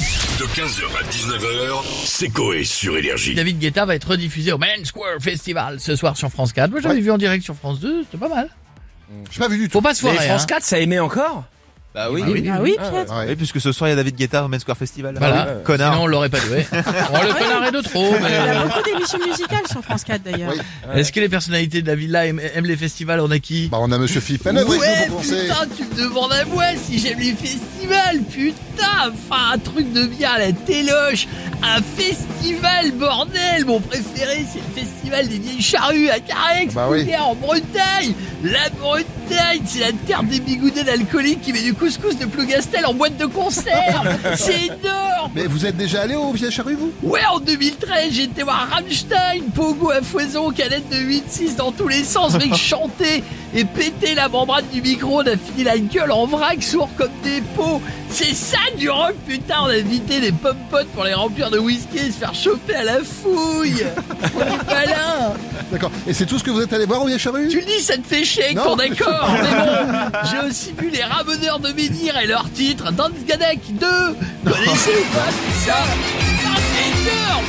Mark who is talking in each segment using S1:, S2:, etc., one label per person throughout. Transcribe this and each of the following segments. S1: De 15h à 19h, c'est Coé sur Énergie.
S2: David Guetta va être rediffusé au Man Square Festival ce soir sur France 4. Moi, j'avais vu en direct sur France 2, c'était pas mal.
S3: Je pas vu du tout.
S2: Faut pas se
S4: Mais
S2: foirer.
S4: France
S2: hein.
S4: 4, ça aimait encore
S5: Bah oui.
S6: Ah oui, Pierre.
S3: Ouais.
S7: Oui, puisque ce soir il y a David Guetta au Men's Square Festival.
S2: Voilà.
S7: Ah oui, Connard.
S2: Sinon, on l'aurait pas dit. ouais. Oh, le connard est de trop.
S6: Il y
S2: mais- euh,
S6: a beaucoup d'émissions musicales sur France 4 d'ailleurs.
S3: Oui.
S2: Est-ce que les personnalités de la villa aiment, aiment les festivals On a qui
S3: Bah, on a Monsieur Philippe Manœuvre avec nous
S2: Ouais,
S3: pour penser.
S2: putain, tu me demandes à moi si j'aime les festivals, putain, enfin un truc de bien à la téloche, un festival, bordel, mon préféré c'est le festival des vieilles charrues à Carex,
S3: Bah oui.
S2: ouvert en Bretagne, la Bretagne, c'est la terre des bigoudets d'alcooliques qui met du couscous de Plougastel en boîte de concert, c'est énorme
S3: Mais vous êtes déjà allé au Vieille Charrue, vous
S2: Ouais, en 2013, j'étais voir Rammstein, Pogo à foison, canette de 8-6 dans tous les sens, mec, chanter et péter la membrane du micro, on a fini la gueule en vrac, sourd comme des pots. C'est ça du rock, putain, on a vidé les pommes-potes pour les remplir de whisky et se faire choper à la fouille. on est malin.
S3: D'accord. Et c'est tout ce que vous êtes allé voir au Vieille Charrue
S2: Tu le dis, ça te fait chier avec
S3: Non,
S2: ton
S3: mais je-
S2: accord, mais bon, j'ai aussi vu les rameneurs de menhir et leur titre, Dansganek 2. Connaissez ou pas c'est ça Putain, c'est énorme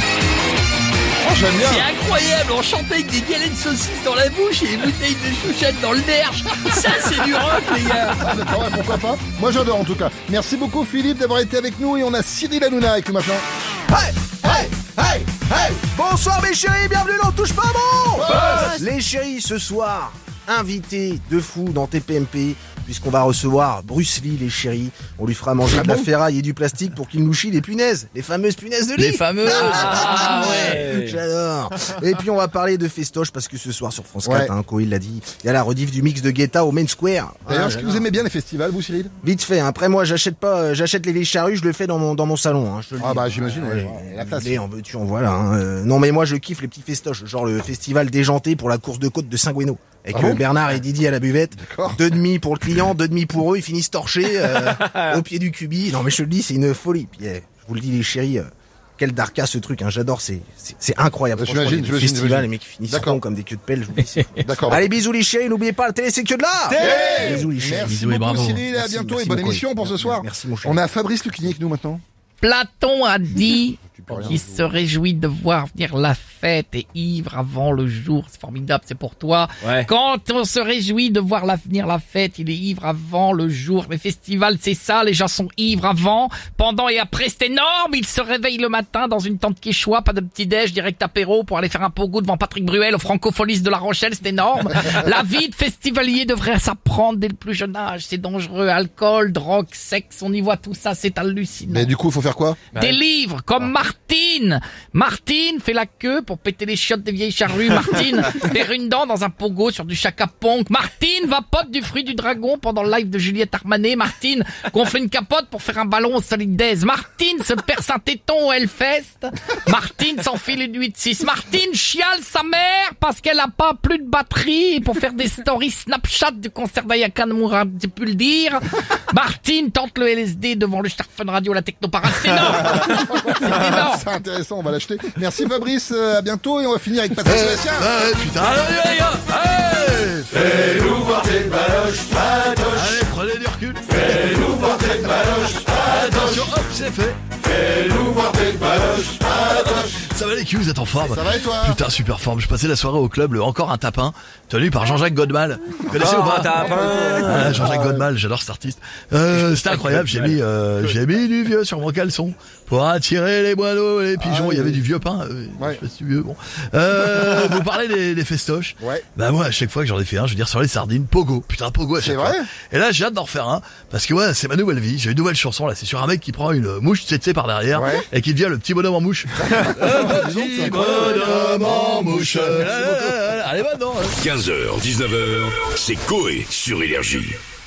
S3: Oh, J'aime bien.
S2: C'est incroyable, on chantait avec des galettes de saucisses dans la bouche et des bouteilles de chouchette dans le nerf. Ça, c'est du rock, les gars.
S3: Ah, D'accord, ouais, pourquoi pas Moi, j'adore en tout cas. Merci beaucoup, Philippe, d'avoir été avec nous. Et on a Cyril Hanouna avec nous maintenant.
S8: Ah, Hey, hey, hey, hey Bonsoir mes chéris, bienvenue dans Touche pas bon Les chéris, ce soir, invité de fou dans TPMP, puisqu'on va recevoir Bruce Lee, les chéris. On lui fera manger de la ferraille et du plastique pour qu'il nous chie les punaises, les fameuses punaises de lit
S2: fameux. Ah,
S8: J'adore Et puis on va parler de festoche, parce que ce soir sur France 4,
S3: Ouais.
S8: hein, Coé l'a dit, il y a la rediff du mix de Guetta au Main Square.
S3: D'ailleurs,
S8: Ah,
S3: est-ce que
S8: j'adore.
S3: vous aimez bien les festivals, vous, Cyril
S8: Vite fait, hein. après moi j'achète pas, euh, j'achète les vieilles charrues, je le fais dans mon dans mon salon. Hein, je te le
S3: Ah
S8: dis.
S3: bah, j'imagine, ouais.
S8: Euh,
S3: La classe.
S8: mais en veux-tu, en voilà. hein. Euh, non mais moi je kiffe les petits festoches, genre le festival déjanté pour la course de côte de Saint-Guéno. Avec
S3: Ah bon
S8: euh, Bernard et Didi à la buvette,
S3: D'accord.
S8: deux demi pour le client, deux demi pour eux, ils finissent torchés euh, au pied du cubi. Non mais je te le dis, c'est une folie. Puis, eh, je vous le dis les chéris, euh, quel darka ce truc, hein, j'adore, c'est c'est- c'est incroyable.
S3: Bah,
S8: Franchement,
S3: j'imagine,
S8: les
S3: j'imagine,
S8: festivals,
S3: j'imagine.
S8: les mecs qui finissent
S3: D'accord.
S8: ronds comme des queues de pelle, je vous le dis. c'est-
S3: D'accord.
S8: Allez bisous les chéris, n'oubliez pas, la télé c'est que de l'art. Bisous les chéris.
S3: Merci
S2: Bisous et
S3: beaucoup,
S2: bravo.
S3: Cyril. À
S8: Merci,
S3: bientôt
S8: merci
S3: et bonne
S8: beaucoup.
S3: émission pour ce soir.
S8: Merci, mon cher.
S3: On a Fabrice Lucchini avec nous maintenant.
S2: Platon a dit
S3: Tu peux rien,
S2: qu'il
S3: vous.
S2: se réjouit de voir venir la fête et ivre avant le jour. C'est formidable, c'est pour toi.
S4: Ouais.
S2: Quand on se réjouit de voir la- venir la fête, il est ivre avant le jour. Les festivals, c'est ça, les gens sont ivres avant, pendant et après, c'est énorme. Ils se réveillent le matin dans une tente quichua, pas de petit-déj, direct apéro pour aller faire un pogo devant Patrick Bruel au Francopholies de La Rochelle, c'est énorme. la vie de festivalier devrait s'apprendre dès le plus jeune âge. C'est dangereux, alcool, drogue, sexe, on y voit tout ça, c'est hallucinant.
S3: Mais du coup, faut faire quoi
S2: Des livres comme Martine. Martine fait la queue pour péter les chiottes des vieilles charrues. Martine perd une dent dans un pogo sur du chacaponk. Martine vapote du fruit du dragon pendant le live de Juliette Armanet. Martine gonfle une capote pour faire un ballon au solide d'aise. Martine se perce un téton au Hellfest. Martine s'enfile une 8-6. Martine chiale sa mère parce qu'elle a pas plus de batterie pour faire des stories Snapchat du concert d'Ayaka de Mourad, j'ai pu le dire. Martine tente le LSD devant le Starfun Radio, la Technoparade. C'est énorme! C'est énorme.
S3: C'est intéressant, on va l'acheter. Merci Fabrice, euh, à bientôt et on va finir avec Patrick
S8: Euh,
S3: Sébastien.
S8: bah,
S9: Ça va les culs, vous êtes en forme
S3: Ça va et toi
S9: Putain, super forme. Je passais la soirée au club, le encore un tapin, tenu par Jean-Jacques Godmal.
S3: Ah.
S9: Vous connaissez ou pas Ah, Jean-Jacques Godmal, j'adore cet artiste. Euh, c'était incroyable, j'ai mis, euh, j'ai mis du vieux sur mon caleçon pour attirer les moineaux et les pigeons.
S3: oui,
S9: Il y avait
S3: Ah, oui.
S9: du vieux pain. euh,
S3: Ouais.
S9: Je sais pas si c'est vieux, bon. Euh, vous parlez des, des festoches.
S3: Ouais.
S9: Bah moi, à chaque fois que j'en ai fait un, je veux dire sur les sardines, Pogo. Putain, Pogo à chaque
S3: vrai
S9: fois. Et là, j'ai hâte d'en refaire un parce que ouais, c'est ma nouvelle vie. J'ai une nouvelle chanson là. C'est sur un mec qui prend une euh, mouche, tu sais, tu sais, par derrière
S3: Ouais.
S9: et qui devient le petit bonhomme en mouche. Petit
S3: c'est
S9: bonhomme en mouche. euh. Là, là, là, là, là. Elle est bonne, non
S1: 15h, 19h, c'est Coé sur Énergie.